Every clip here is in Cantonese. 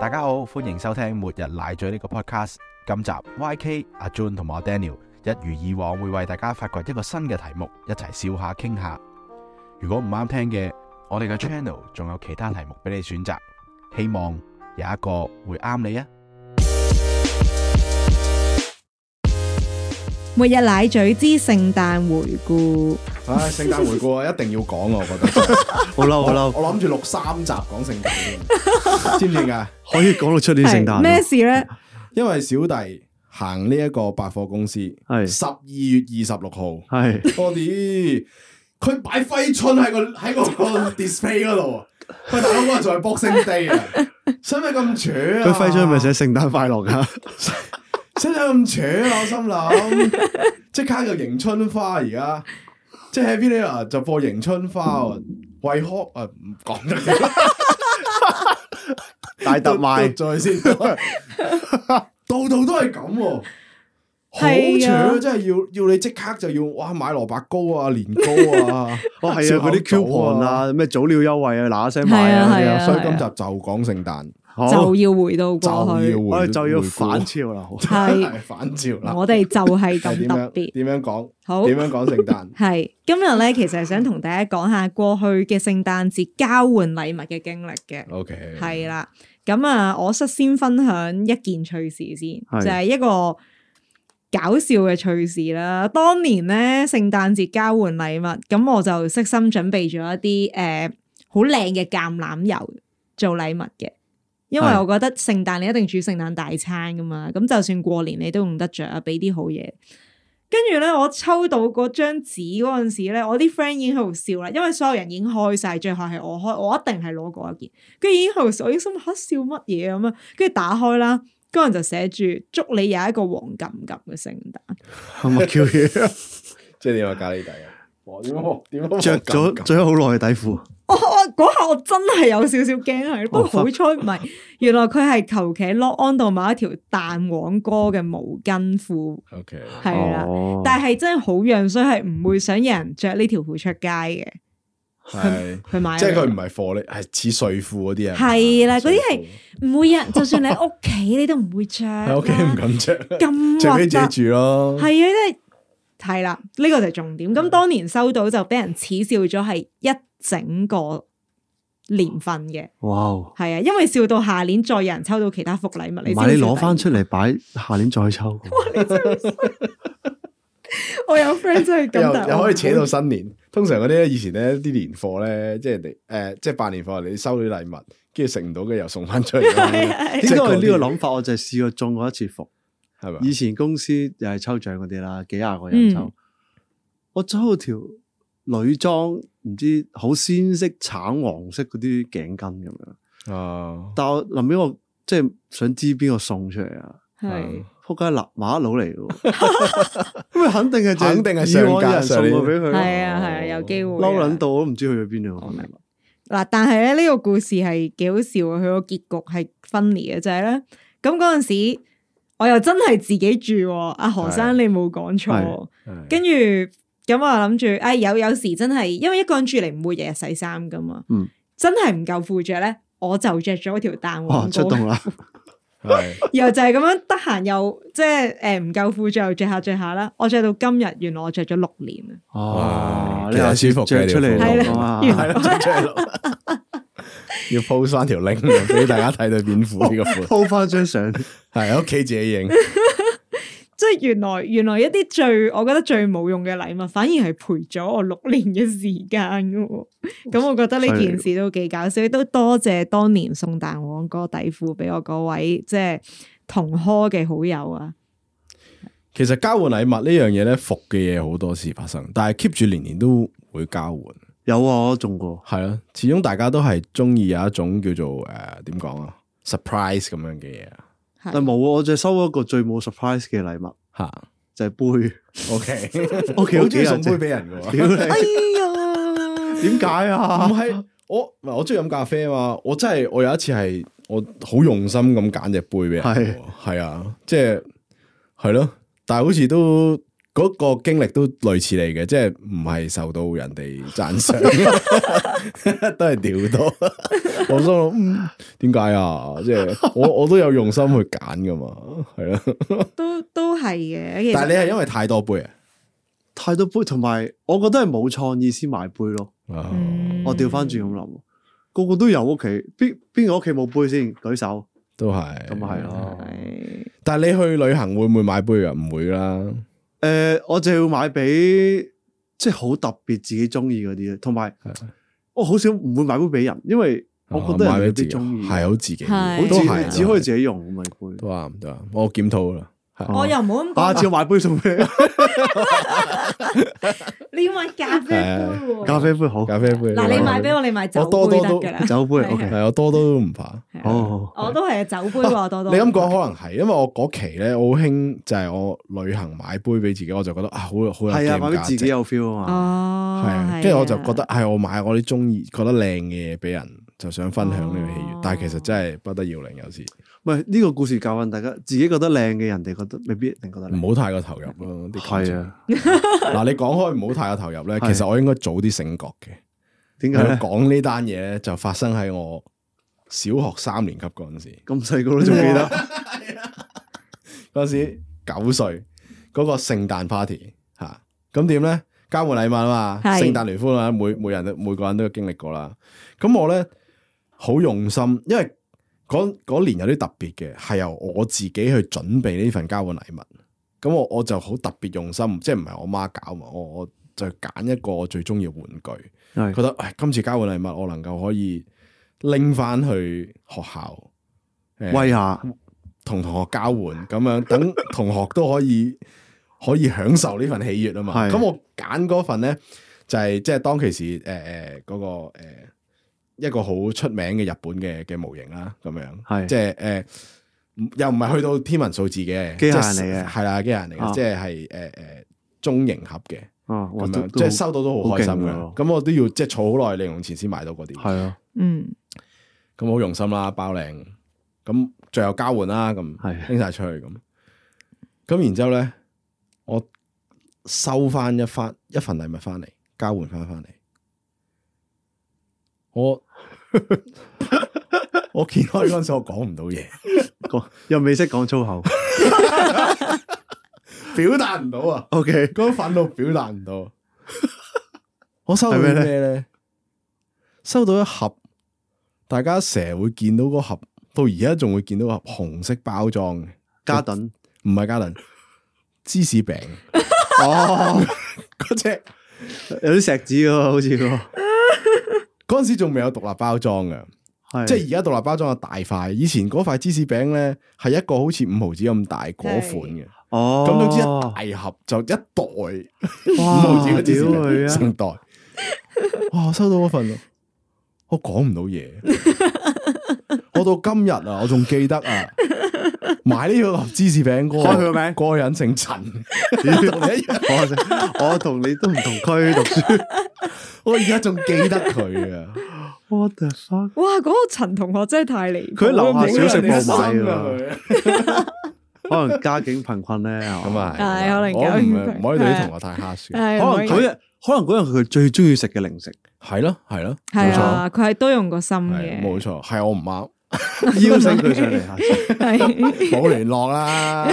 大家好，歡迎收聽《末日奶嘴》呢、個 podcast。今集 YK 阿 Jun 同埋我 Daniel 一如以往會為大家發掘一個新嘅題目，一齊笑下傾下。如果唔啱聽嘅，我哋嘅 channel 仲有其他題目俾你選擇，希望有一個會啱你啊！每日奶嘴之聖誕回顧，唉，聖誕回顧啊，一定要講啊，我覺 得。好嬲好我嬲，我諗住錄三集講聖誕添，知唔知啊？可以講到出年聖誕係咩事咧？因為小弟行呢一個百貨公司，係十二月二十六號，係我哋佢擺揮春喺個喺個個 display 嗰度啊，喂大佬嗰日仲係 Boxing Day 啊，使唔使咁扯佢啊？揮章咪寫聖誕快樂啊噶，使唔使咁扯啊？我心諗，即刻就迎春花而家，即係 Happy New Year 就播迎春花喎，為何啊唔講得嘅。 大特賣，再先，度度都係咁喎，好係啊搶真係要要你即刻就要哇買蘿蔔糕啊、年 糕啊 哦係啊，嗰啲 coupon 啊，咩早鳥優惠啊，嗱嗱聲買係啊啊嗰係啲係啊，啊，所以今集就講聖誕，好 就，要回到過去，就要我回哋就要回顧反超啦，好係係反照啦。我哋就係係咁點特樣別。點樣講？好？點樣講聖誕 係今日咧，其實係想同大家講下過去嘅聖誕節交換禮物嘅經歷嘅。 ？OK，係啦，咁啊，我率先分享一件趣事先，係就係一個搞笑嘅趣事啦。當年咧，聖誕節交換禮物，咁我就悉心準備咗一啲誒好靚嘅橄欖油做禮物嘅，因為係我覺得聖誕你一定煮聖誕大餐噶嘛，咁就算過年你都用得着啊，俾啲好嘢。跟住咧，我抽到嗰張紙嗰陣時咧，我啲 friend 已經喺度笑啦，因為所有人已經開晒，最後係我開，我一定係攞嗰一件。跟住已經喺度笑，我已經心諗嚇笑乜嘢咁啊！跟住打開啦，嗰人就寫住祝你有一個黃冚冚嘅聖誕，係 咪叫嘢？ 即係點啊？咖喱底啊？哇 點樣點樣着咁咗咁着咗好耐嘅底褲，我我嗰下我真係有少少驚佢，不過好彩唔係，原來佢係求其 lock on 到買一條蛋黃哥嘅毛巾褲， ？OK，係啦，哦但係真係好樣衰，係唔會想有人着呢條褲出街嘅。係佢買即係佢嚟唔係貨咧，係似睡褲嗰啲啊。係啦嗰啲係睡褲唔會有人，就算你喺屋企你都唔會着啦。 喺屋企唔 敢着，咁最核俾自突。己住咯。係啊，即係係啦，呢、個就係重點。咁嗯當年收到就俾人恥笑咗係一整個年份嘅，哇，係啊，因為笑到下年再有人抽到其他福禮物，唔你係先你笑攞第翻二出嚟擺，下年再抽，我有 friend 真係咁，但係又又我可以扯到新年。通常嗰啲以前咧啲年貨咧，即係你誒，即係辦年貨，你收咗禮物，跟住食唔到嘅又送翻出 嚟，啊點解我呢個諗法？我就係試過中過一次伏。係咪以？前公司又係抽獎嗰啲啦，幾廿個人抽，嗯我抽到條女裝，唔知好鮮色、橙黃色嗰啲頸巾咁樣。哦，但我臨尾我即係想知邊個送出嚟啊！哦係仆街立馬佬嚟嘅 喎，咁咪肯定係就肯定係以往上家有人送過俾佢咯，係啊係啊，有機會嬲啊撚到我都唔知去咗邊度。我明嗱，但係咧呢、個故事係幾好笑啊！佢個結局係分裂嘅，就係咧咁嗰陣時，我又真係自己住喎。阿、何生你冇講錯喎。跟住咁我諗住，哎有有時真係，因為一個人住嚟唔會日日洗衫噶嘛，嗯真係唔夠褲着咧，我就着咗條蛋哇！黃出褲，動啦，係然後就係咁樣得閒又即係誒唔夠褲着又着下着下啦，我着到今日，原來我着咗六年啊，哇！哇你下次其實舒服嘅着出嚟啊條褲咯哇係啦係啦，出嚟咯 要 post 翻條 link 啊俾大家睇對面褲呢 個款，鋪翻張相，係喺屋企自己影，即係原來原來一啲最我覺得最冇用嘅禮物，反而係陪咗我六年嘅時間噶 喎。咁我覺得呢件事都幾搞笑，都多謝當年送蛋黃哥底褲俾我嗰位即係同科嘅好友啊。其實交換禮物呢樣嘢咧，服嘅嘢好多事發生，但係 keep 住年年都會交換。有啊，我中過。系咯，始終大家都係中意有一種叫做诶點講啊 surprise 咁樣嘅嘢啊係但冇啊，我就收一個最冇 surprise 嘅禮物，吓就係杯。 ，OK，我其 實好好中中意意送送杯杯俾人噶喎。屌你，呀，點解啊？唔係我唔係我中意飲咖啡啊嘛，我真係我有一次係我好用心咁揀隻杯俾人嘅喎，係啊，即係係咯，但係好似都嗰個經歷都類似嚟嘅，即係唔係受到人哋讚 賞，都係屌多。我心諗嗯點解啊？即係我我都有用心去揀噶嘛，係咯。都都係嘅。其但係實你係因為太多杯啊？太多杯，同埋我覺得係冇創意先買杯咯。啊嗯我調翻轉咁諗，個個都有屋企，邊邊個屋企冇杯先？舉手，都係咁啊係咯。係但係你去旅行會唔會買杯啊？唔會啦。诶、我就要買俾即係好特別自己中意嗰啲啊同埋係我好少唔會買杯俾人，因為我覺得人哋未必中意，系好啊自己，係好都自係啊己只可以自己用咁嘅杯。哦都啱都啱，我檢討啦。係我又唔好咁下次講，我買杯送俾你，你要買咖啡杯喎。咖啡 杯好，咖啡杯，嗱，你買俾我，你買酒我多杯多得都㗎啦。哦酒杯係 OK，係我多多都唔怕。係啊哦，我都係酒杯喎，多多。你咁講可能係，因為我嗰期咧，我好興就係我旅行買杯俾自己，我就覺得啊，好好有係啊，紀買念俾價自己值。有 feel 啊嘛。哦，係啊係跟住我就啊覺得係我買我啲中意、覺得靚嘅嘢俾人，就想分享呢個喜悅哦。但係其實真係不得要領，有時唔係呢個故事教訓大家，自己覺得靚嘅，人哋覺得未必一定覺得靚。唔好太過投入咯。啲感係情啊， 嗱，你講開唔好太過投入咧，其係實我應該早啲醒覺嘅。點解佢咧？講呢單嘢咧，就發生喺我小學三年級嗰陣時，咁細個都仲記得，嗰陣時九歲嗰、個聖誕 party 嚇、咁點咧？交換禮物啊嘛，係聖誕聯歡啊，每每人都每個人都有經歷過啦。咁我咧好用心，因為嗰嗰年有啲特別嘅，係由我自己去準備呢份交換禮物。咁我我就好特別用心，即係唔係我媽搞嘛，我我就揀一個我最中意嘅玩具。係覺得唉，今次交換禮物我能夠可以拎翻去學校，誒威下，同同學交換咁樣，等同學都可以 可以享受呢份喜悦啊嘛。係咁我揀嗰份咧就係即係當其時誒誒嗰個誒、一個好出名嘅日本嘅嘅模型啦，咁樣係即係誒。唔又唔係去到天文數字嘅，機械人嚟即嘅係係啦，機械人嚟嘅，啊即係係誒誒中型盒嘅，啊，哇咁都樣都即係好收到都好開心好勁嘅。喎咁我都要即係儲好耐零用錢先買到嗰啲。係啊，嗯，咁好用心啦，包靚。咁最後交換啦，咁係拎晒出去咁。咁然之後咧，我收翻一翻一份禮物翻嚟，交換翻翻嚟。 我我見開嗰陣時，我講唔到嘢，講又未識講粗口。表達唔到啊！ O K，嗰種憤怒表達唔到。我收到啲係咩咩咧？收到一盒，大家成日會見到嗰盒，到而家仲會見到嗰盒紅色包裝嘅， 加頓唔係嘉頓芝士 餅。哦，嗰只有啲石子嘅喎，好似個嗰阵时仲未有獨立包裝嘅，係即係而家獨立包裝有大塊。以前嗰塊芝士餅咧係一個好似五毫子咁大嗰款嘅，哦，咁總之一大盒就一袋。五五毫子屌嘅芝士 餅佢啊！成袋。哇！我收到嗰份咯，我講唔到嘢。 我到今日啊，我仲記得啊，買呢個芝士餅嗰開佢個個名嗰個人姓陳，同你一樣。我我同你都唔同區讀 書我而家仲記得佢 啊， ，what the fuck？哇，嗰個陳同學真係太離譜佢喺樓下啦小食部影響買人哋心啊㗎，可能家境貧困咧，咁咁啊，係可能我搞唔佢唔可以對啲同學太 harsh 嘅，可係能嗰日，可能嗰日佢最中意食嘅零食，係咯係咯，係啊，佢係都用過心係嘅，冇錯，係我唔啱，邀請佢 上嚟下次。 係冇聯 絡啦。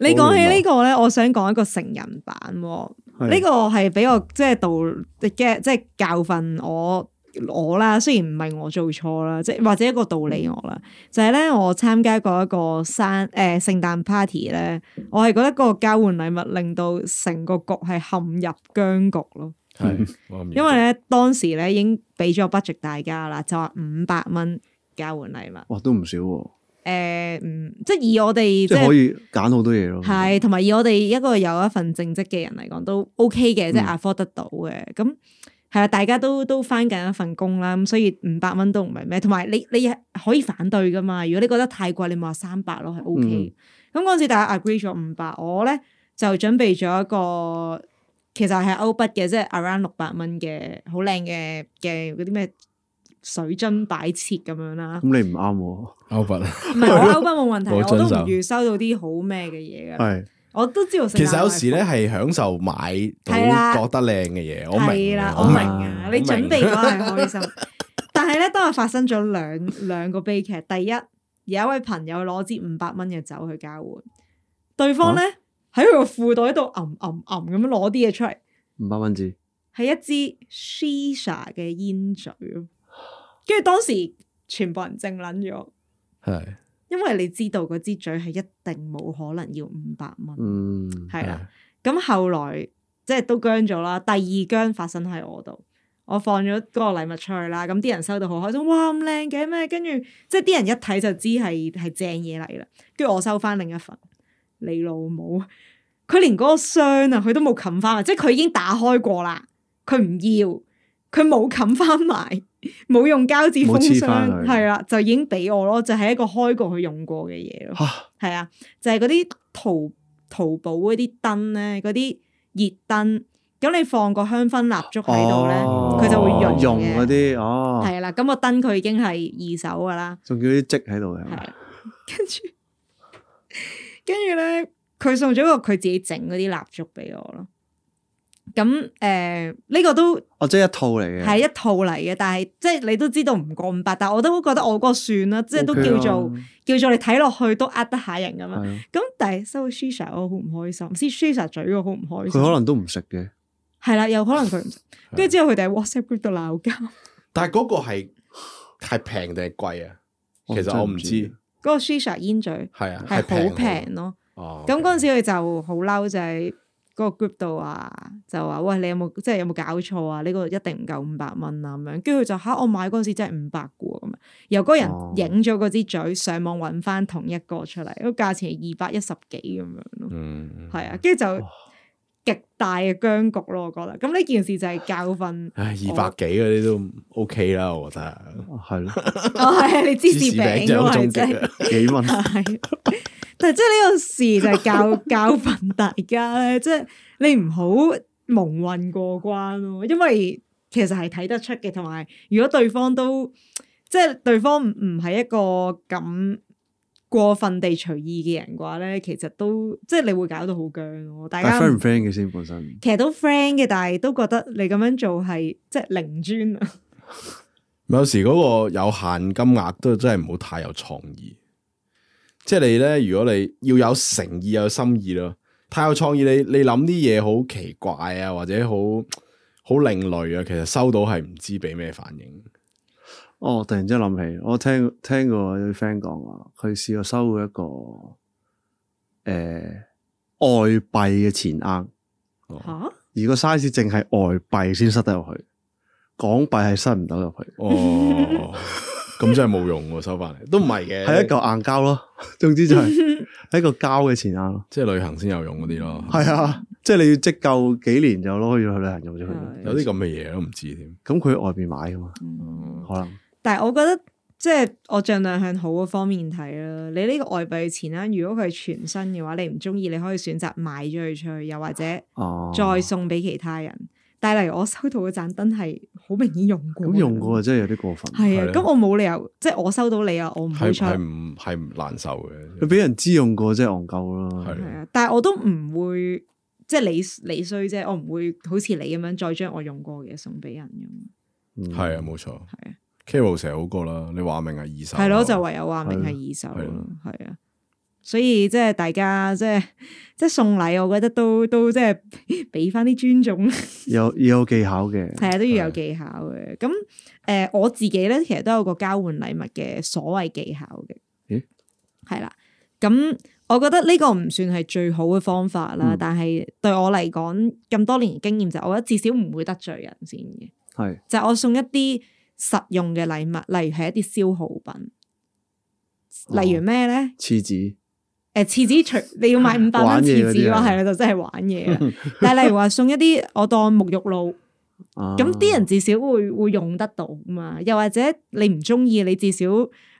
你講起呢個咧，我想講一個成人版喎。係呢個係俾我即係導嘅，即係教訓我我啦。雖然唔係我做錯啦，即係或者一個道理我啦，就係咧我參加過一個生誒、呃、聖誕 party 咧，我係覺得嗰個交換禮物令到成個局係陷入僵局咯。係，我唔認嗯因為咧當時咧已經俾咗 budget 大家啦，就話五百蚊交換禮物。誒、哇，都唔少喎，嗯，即係以我哋即係可以揀好多嘢咯。係，同埋以我哋一個有一份正職嘅人嚟講，都 OK 嘅，即係 afford 得到嘅。咁係係啦，大家都都翻緊一份工啦，咁所以五百蚊都唔係咩，同埋你你可以反對噶嘛。如果你覺得太貴，你咪話三百咯，係 O K。咁嗰陣時大家 agree 咗五百，我咧就準備咗一個其實係歐筆嘅，即係 around 六百蚊嘅好靚嘅嘅嗰啲咩水樽擺設咁樣啦。咁你唔啱歐拔，唔係我歐筆冇問題，冇我都遵守唔預收到啲好咩嘅嘢㗎啦。喎，係我都知道聖誕其實有禮時咧係享受買到係啦覺得靚嘅嘢，我明係啦嘅，，我明明嘅啊，你準備我明嘅嗰係開心， 但係咧當日發生咗兩兩個悲劇。第一，有一位朋友攞支五百蚊嘅酒去交換，對方啊咧喺佢個褲袋度揞揞揞咁樣攞啲嘢出嚟，五百蚊紙，係一支 Shisha 嘅煙嘴咯。跟住當時全部人靜撚咗，係因為你知道嗰支嘴係一定冇可能要五百蚊，嗯，係啦。咁後來即係都僵咗啦。第二僵發生喺我度，我放咗嗰個禮物出去啦。咁啲人收到好開心，哇咁靚嘅咩？跟住即係啲人一睇就知係係正嘢嚟啦。跟住我收翻另一份，你老母！佢連嗰個箱啊，佢都冇冚翻埋，即係佢已經打開過啦，佢唔要，佢冇冚翻埋，冇用膠紙封冇黐返箱，佢係啦，就已經俾我咯，就係、一個開過佢用過嘅嘢咯。嚇係啊，就係嗰啲淘淘寶嗰啲燈咧，嗰啲熱燈，咁你放個香薰蠟燭喺度咧，哦佢就會溶嘅用嗰啲，哦，係啦，咁個燈佢已經係二手噶啦，仲叫啲積喺度嘅係，啦，跟住 跟住咧，佢送咗個佢自己整嗰啲蠟燭俾我咯。咁誒呢個都哦，即係一套嚟嘅，係一套嚟嘅，但係即係你都知道唔過五百，但係我都覺得我嗰個算啦，即係都 OK 叫啊做叫做你睇落去都呃得下人咁樣。係啊咁但係收到 Shisha 我好唔開心，先 Shisha 嘴我好唔開佢心。可能都唔食嘅，係啦，有可能佢唔識，跟住之後佢哋喺 WhatsApp group 度鬧交。 嗰、但係嗰個係係平定係貴啊？其我真實係我唔知，個 Shisha 煙嘴係啊，係平好平咯。哦。咁嗰陣時佢就好嬲，就喺嗰個 group 度啊，就話喂你有冇即係有冇搞錯啊？呢、個一定唔夠五百蚊啊咁樣。跟住佢就吓、我買嗰陣時真係五百嘅喎咁樣。由嗰個哦人影咗嗰支嘴上網揾翻同一個出嚟，個價錢係二百一十幾咁樣咯。嗯，，係啊，跟住就極大嘅僵局咯，我覺得。咁呢件事就係教訓唉，二百幾嗰啲都 OK 啦，我覺得。啊 係咯，哦係你芝士餅就嗰好個終係極真係，啊，幾蚊係。但係即係呢個事就係教教訓大家咧，即係你唔好蒙混過關咯，因為其實係睇得出嘅，同埋如果對方都即係對方唔唔係一個咁過分地隨意嘅人嘅話咧，其實都即係你會搞到好僵咯，大但家係 friend 唔 friend 嘅先本身，其實都 friend 嘅，但係都覺得你咁樣做係即係零尊啊！有時嗰個有限金額都真係唔好太有創意，即係你咧，如果你要有誠意、有心意咯，太有創意，你你諗啲嘢好奇怪啊，或者好好另類啊，其實收到係唔知俾咩反應。哦，突然之間諗起，我聽聽過有啲 friend 講話，佢試過收過一個誒外幣嘅錢罌。吓，而個 size 淨係外幣先塞得入去，港幣係塞唔到入去， 哦，咁真係冇用喎，收翻嚟都唔係嘅，啊係一嚿硬膠咯。 總 之就係一個膠嘅錢硬咯。即係旅行先有用嗰啲嗯咯，係啊，即係你要積夠幾年就攞去去旅行用咗佢。係有啲咁嘅嘢都唔知添。咁佢外邊買噶嘛，嗯可能但係我覺得即係我盡量向好嗰方面睇啦。你呢個外幣嘅錢啦，如果佢係全新嘅話，你唔中意，你可以選擇賣咗佢出去，又或者哦。再送俾其他人。但係例如我收到嗰盞燈係好明顯用過，咁用過真係有啲過分。啊係啊係啊，咁我冇理由即係我收到你啊，我唔係會出。係唔係唔難受你嘅，俾人知用過真係戇鳩咯。係係啊，但係我都唔會即係你你衰啫，我唔會好似你咁樣再將我用過嘅嘢送俾人咁。嗯係啊，冇錯。係啊 Carol 成日好過啦，你話明啊係二手，係咯，就唯有話明係二手係咯，係啊。所以即係大家即係即係送禮，我覺得都都即係俾翻啲尊重，有要有技巧嘅。係啊，都要有技巧嘅。咁誒、呃我自己咧其實都有個交換禮物嘅所謂技巧嘅咦，係啦。咁我覺得呢個唔算係最好嘅方法啦，嗯但係對我嚟講咁多年經驗就，我覺得至少唔會得罪人先嘅。係就係我送一啲實用嘅禮物，例如係一啲消耗品，哦例如咩咧？廁誒紙廁紙除你要買五百蚊玩嘢廁嗰啲紙咯，啊係啦，就真係玩嘢啦。但係例如話送一啲我當沐浴露，啊咁啲人至少會會用得到嘛，又或者你唔中意，你至少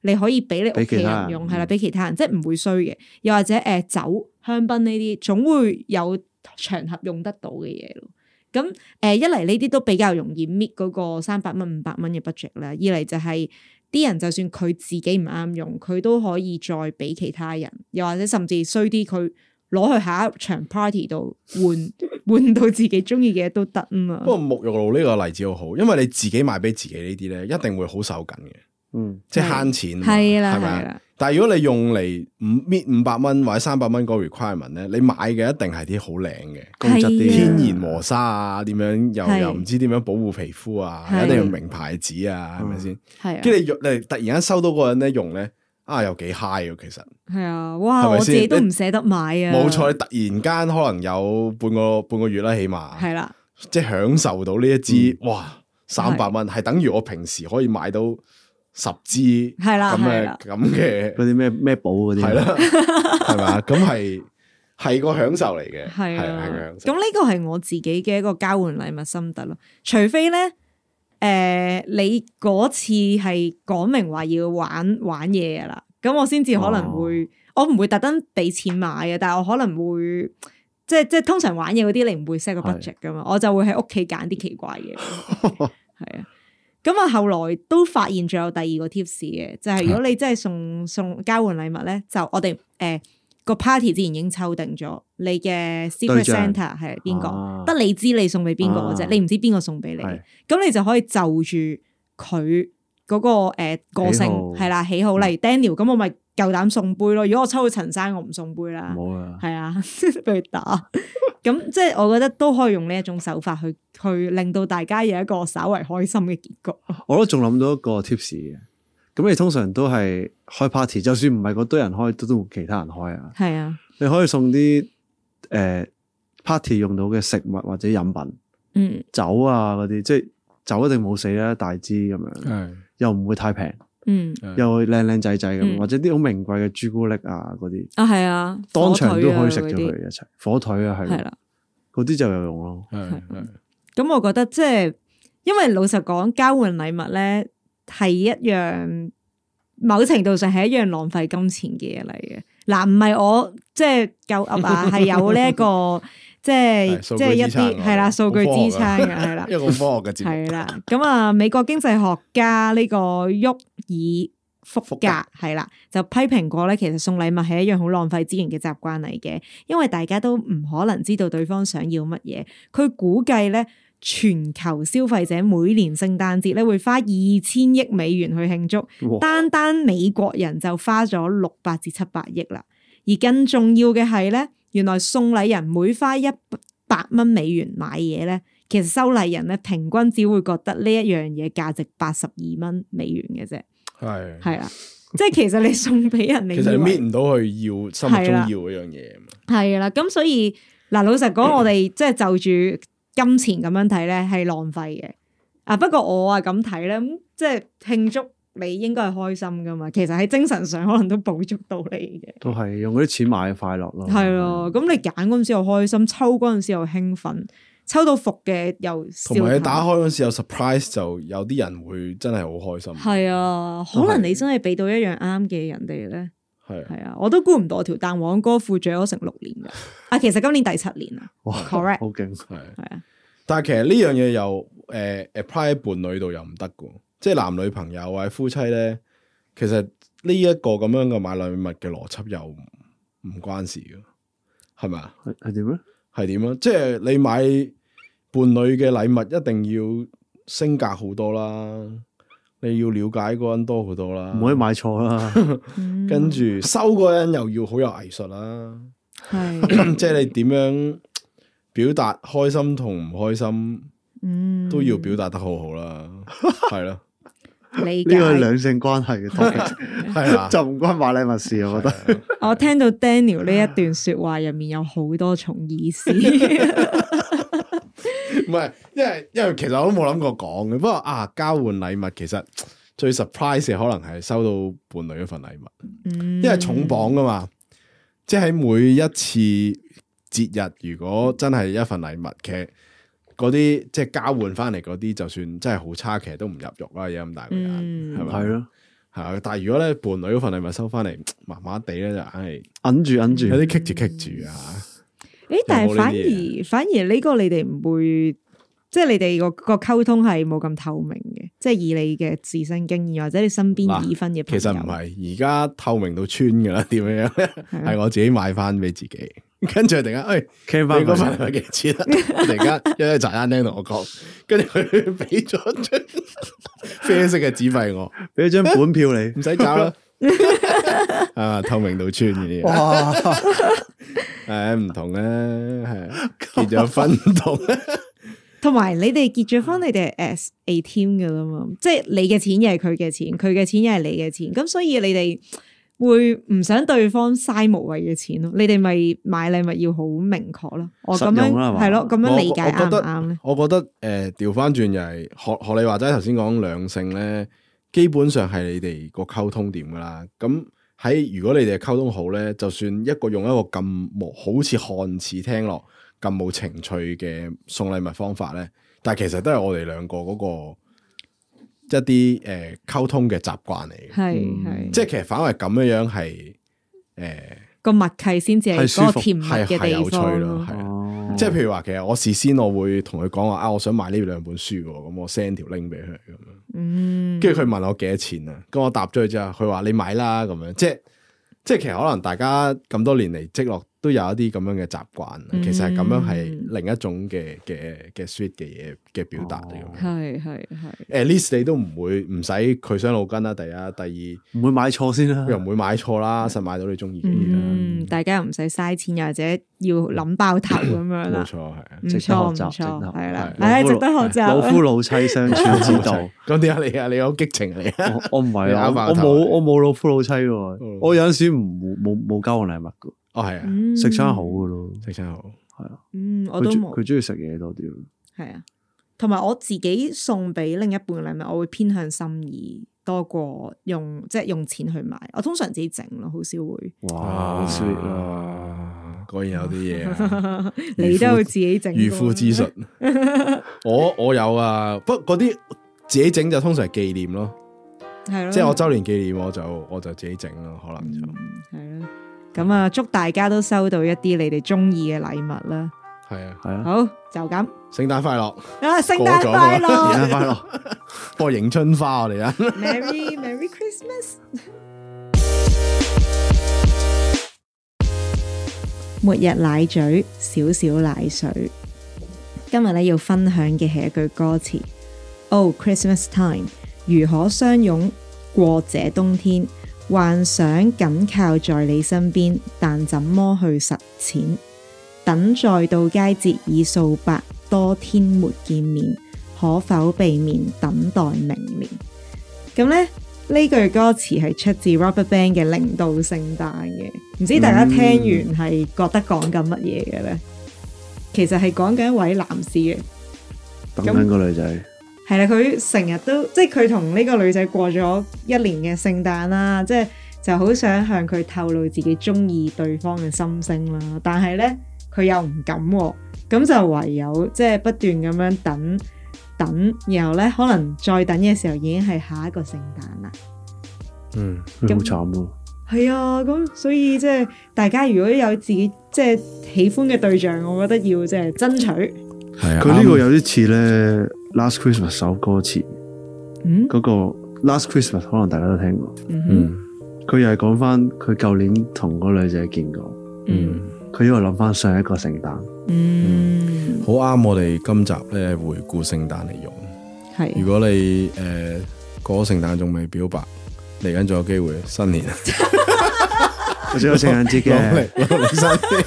你可以俾你屋俾企其他人人用，嗯係啦，俾其他人，即係唔會衰嘅。又或者誒、呃酒、香檳呢啲，總會有場合用得到嘅嘢咯。咁誒、呃一嚟呢啲都比較容易搣嗰個三百蚊、五百蚊嘅 budget 啦；二嚟就係、啲人就算佢自己唔啱用，佢都可以再俾其他人，又或者甚至衰啲佢攞去下一場 party 度換 換到自己中意嘅嘢都得啊嘛不。過沐浴露呢個例子好好，因為你自己買俾自己呢啲咧，一定會好手緊嘅，嗯即係慳錢啊嘛，係啦，係咪係啊啦。但係如果你用嚟五搣五百蚊或者三百蚊嗰個 requirement 咧，你買嘅一定係啲好靚嘅。高質啲係啊天然磨砂啊，點樣係又又唔知點樣保護皮膚啊，係一定要名牌子啊，係咪先？係啊，跟住你用你突然間收到嗰個人咧用咧，啊又幾 high 嘅其實，係啊，哇！係咪我自己先都唔捨得買啊，冇錯，你突然間可能有半個半個月啦，起碼係啦，即係享受到呢一支，嗯哇三百蚊係等於我平時可以買到十支係啦咁係嘅啦咁嘅 嗰啲咩咩寶嗰啲啊係啦，係嘛？咁係 係個享受嚟嘅，係係係個啊享。咁受。呢個係我自己嘅一個交換禮物心得咯。除非咧，誒，你嗰次係講明話要玩玩嘢㗎啦，咁我先至可能哦會，我唔會特登俾錢買嘅，但係我可能會。即係即係通常玩嘢嗰啲，你唔會 set 個 budget 噶嘛，我就會喺屋企揀啲奇怪嘢， 係啊。咁啊，後來都發現仲有第二個 tips 嘅，就係、如果你真係送送交換禮物咧，就我哋誒個 party 之前已經抽定咗你嘅 secret 對象 Santa 係邊個，啊得、你知你送俾邊個嘅啫，啊你唔知邊個送俾你，係咁你就可以就住佢嗰個誒個性喜好嗯係啦喜好，例如 Daniel 咁，我咪夠膽送杯咯。如果我抽到陳生，我唔送杯啦。冇啦，系啊， 俾佢打。咁即系我覺得都可以用呢一種手法去去令到大家有一個稍為開心嘅結局。我都仲諗到一個 tips 嘅。咁你通常都係開 party，就算唔係嗰堆人開，都都同其他人開啊。係啊，你可以送啲誒 party 用到嘅食物或者飲品、嗯，酒啊嗰啲，即係酒一定冇死啦，大支咁樣，係又唔會太平，嗯，又會靚靚仔仔咁，嗯或者啲好名貴嘅朱古力啊嗰啲，啊係啊，當場火都腿啊可以食咗嗰啲佢一齊。火腿啊，係係啦。嗰啲就有用咯。係係。咁我覺得即係，因為老實講，交換禮物咧係一樣某程度上係一樣浪費金錢嘅嘢嚟嘅。嗱，唔係我即係夠噏啊，係有呢一個即係係數即據係一支撐啲啊係啦數據支撐嘅 係啦一。個科學嘅節目。係啦，咁啊，美國經濟學家呢個沃爾福格係啦，就批評過咧，其實送禮物係一樣好浪費資源嘅習慣嚟嘅，因為大家都唔可能知道對方想要乜嘢。佢估計咧，全球消費者每年聖誕節咧會花二千億美元去慶祝，哇單單美國人就花咗六百至七百億啦。而更重要嘅係咧，原來送禮人每花一百蚊美元買嘢咧，其實收禮人咧平均只會覺得呢一樣嘢價值八十二蚊美元嘅啫，係係啦，即係其實你送俾人，你其實你以為搣唔到佢要心目係中啦要嗰樣嘢啊嘛，係啦，咁所以嗱，老實 講，我哋即係就住金錢咁樣睇咧，係浪費嘅。啊，不過我啊咁睇咧，咁即係慶祝你應該係開心噶嘛。其實喺精神上可能都補足到你嘅。都係用嗰啲錢買嘅快樂嗯咯。係咯，咁你揀嗰陣時又開心，抽嗰陣時又興奮，抽到服嘅又笑同埋你打頭開嗰時有 surprise，就有啲人會真係好開心。係啊，可能你真係俾到一樣啱嘅人哋咧。係啊，係啊，我都估唔到我條蛋黃歌褲着咗成六年㗎。啊，其實今年第七年啦。哇 correct 好係勁。係啊，但係其實呢樣嘢又誒 apply 喺伴侶度又唔得嘅，即係男女朋友或者夫妻咧，其實呢一個咁樣嘅買禮物嘅邏輯又唔唔關事嘅，係咪啊？係係點咧？係點啊？即係你買伴侶嘅禮物，一定要升格好多啦，你要了解嗰個人多好多啦，唔可以買錯啦。嗯跟住收嗰個人又要好有藝術啦， 係即係你點樣表達開心同唔開心嗯都要表達得好好啦，係咯，理呢個係解。兩性關係嘅 topic，係啊啊啦， 就唔關買禮物事，啊我覺得。我聽到 Daniel 呢一段说話入面有好多重意 思，係唔係，因為因為其實我都冇諗過講嘅，不過啊，交換禮物其實最 surprise 嘅可能係收到伴侶嗰份禮物，嗯嗯因為重磅噶嘛，即係喺每一次節日，如果真係一份禮物，其實嗰啲即係交換翻嚟嗰啲，就算真係好差，其實都唔入肉啦，而家咁大個人嗯係咪？係咯，係啊，但係如果咧伴侶嗰份禮物收翻嚟麻麻地咧，就硬係揞住揞住有，啲棘住棘住啊！诶，但有系冇呢反啲嘢而反而呢個你哋唔會，即係你哋個個溝通係冇咁透明嘅，即係以你嘅自身經驗或者你身邊嗱已婚嘅朋其友，實唔係，而家透明到穿噶啦， 點樣樣咧？係啊係我自己買翻俾自己， 跟住突然間，哎，傾你翻嗰份禮物幾錢啊？ 突然間有喺茶餐廳同我講，跟住佢俾咗張 啡色嘅紙幣我，俾張本票你唔。使找啦。啊，透明到穿嘅啲嘢， 哇！誒唔同咧，係啊結咗婚唔同。同埋你哋結咗婚，你哋係 as a team 噶啦嘛，即係你嘅錢又係佢嘅錢，佢嘅錢又係你嘅錢，咁所以你哋會唔想對方嘥無謂嘅錢咯？你哋咪買禮物要好明確咯，我咁實樣用啦係嘛係咯，咁樣我理解我啱覺唔得啱咧？我覺得誒調翻轉又係學學你話齋頭先講兩性咧，基本上係你哋個溝通點噶啦。咁喺如果你哋溝通好咧，就算一個用一個咁無好似看似聽落咁冇情趣嘅送禮物方法咧，但係其實都係我哋兩個嗰、個一啲誒、呃、溝通嘅習慣嚟嘅。係係，即係其實反為咁樣樣係誒，個默契先至係係舒嗰個服甜蜜係係嘅有地趣方咯，咯。 係啊。哦嗯即係譬如話，其實我事先我會同佢講話啊，我想買呢兩本書喎，咁我 send 條 link 俾佢咁樣，嗯，跟住佢問我幾多錢啊，咁我答咗佢之後，佢話你買啦咁樣，即係即係其實可能大家咁多年嚟積落都有一啲咁樣嘅習慣，啊其實係咁樣嗯係另一種嘅嘅嘅 sweet 嘅嘢嘅表達嚟咁樣。哦係係係。 at least 你都唔會唔使佢傷腦筋啊啦，第一，第唔會買錯先啦二，又唔會買錯啦，實買到你中意嘅嘢啦，嗯，大家唔使嘥錢，又或者要諗爆頭咁樣冇啦。錯係啊。唔值得學錯唔習值錯，得係啊啦，係唉，老夫值老得學習。老夫老妻相處 啊之道。啊咁點解你啊？你好激情嚟啊！我我唔係啊，你啱我啊我冇頭我冇老夫老妻嘅嗯喎，我有陣時唔冇冇交換禮物嘅，哦係啊，嗯食餐好嘅咯，食餐好。嗯，我佢都中冇，佢中意食嘢多啲咯。係啊。同埋我自己送俾另一半嘅禮物，我會偏向心意多過用即係用錢去買。我通常自己整咯，好少會。哇，好 sweet 啊！啊！果然有啲 嘢啊，你都有自己整過漁夫之術。我我有啊，不過嗰啲自己整就通常係紀念咯， 係咯，即係我周年紀念我就我就自己整咯，可能就係咯。咁啊，祝大家都收到一啲你哋中意嘅禮物啦。係啊，係啊，好，就咁聖誕快樂，啊！聖過誕咗快 啦樂生日快樂！播迎春花我哋啊！ ，Merry Merry Christmas！末日奶嘴，少少奶水。今日咧要分享嘅係一句歌詞：Oh Christmas time，如可相擁過這冬天，幻想緊靠在你身邊，但怎麼去實踐？等再到佳節已數百多天沒見面，可否避免等待明年？咁咧呢句歌詞係出自 Rubberband 嘅《零度聖誕》嘅，唔知大家聽完係覺得講緊乜嘢嘅咧？其實係講緊一位男士嘅，等緊個女仔，係啦，佢成日都即係佢同呢個女仔過咗一年嘅聖誕啦，即係就好想向佢透露自己中意對方嘅心聲啦，但係呢，佢又唔敢喎、咁就唯有即係不斷咁樣等等，然後呢，可能再等嘅時候已經係下一個聖誕啦。嗯，佢咁好慘咯。係啊，咁所以即係大家如果有自己即係喜歡嘅對象，我覺得要即係爭取。係啊，佢呢個有啲似咧《Last Christmas》首歌詞嗯嗰個《Last Christmas》，可能大家都聽過。嗯哼嗯佢又係講翻佢舊年同嗰個女仔見過，嗯嗯，佢又諗翻上一個聖誕。嗯，好啱我哋今集咧回顧聖誕嚟用。係。如果你誒過咗聖誕仲未表白，嚟緊仲有機會新年或者有聖誕節嘅， 努力努力生啲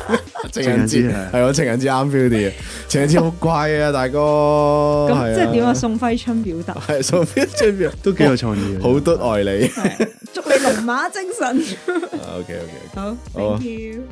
情人情人節啊節係係我情人節啱 feel 啲嘅，情人節好乖啊，大哥。咁即係點啊？係？宋揮春表達，係送邊張表？都幾有創意嘅。好多愛你。祝你龍馬精神。 OK OK。好好啊，thank you。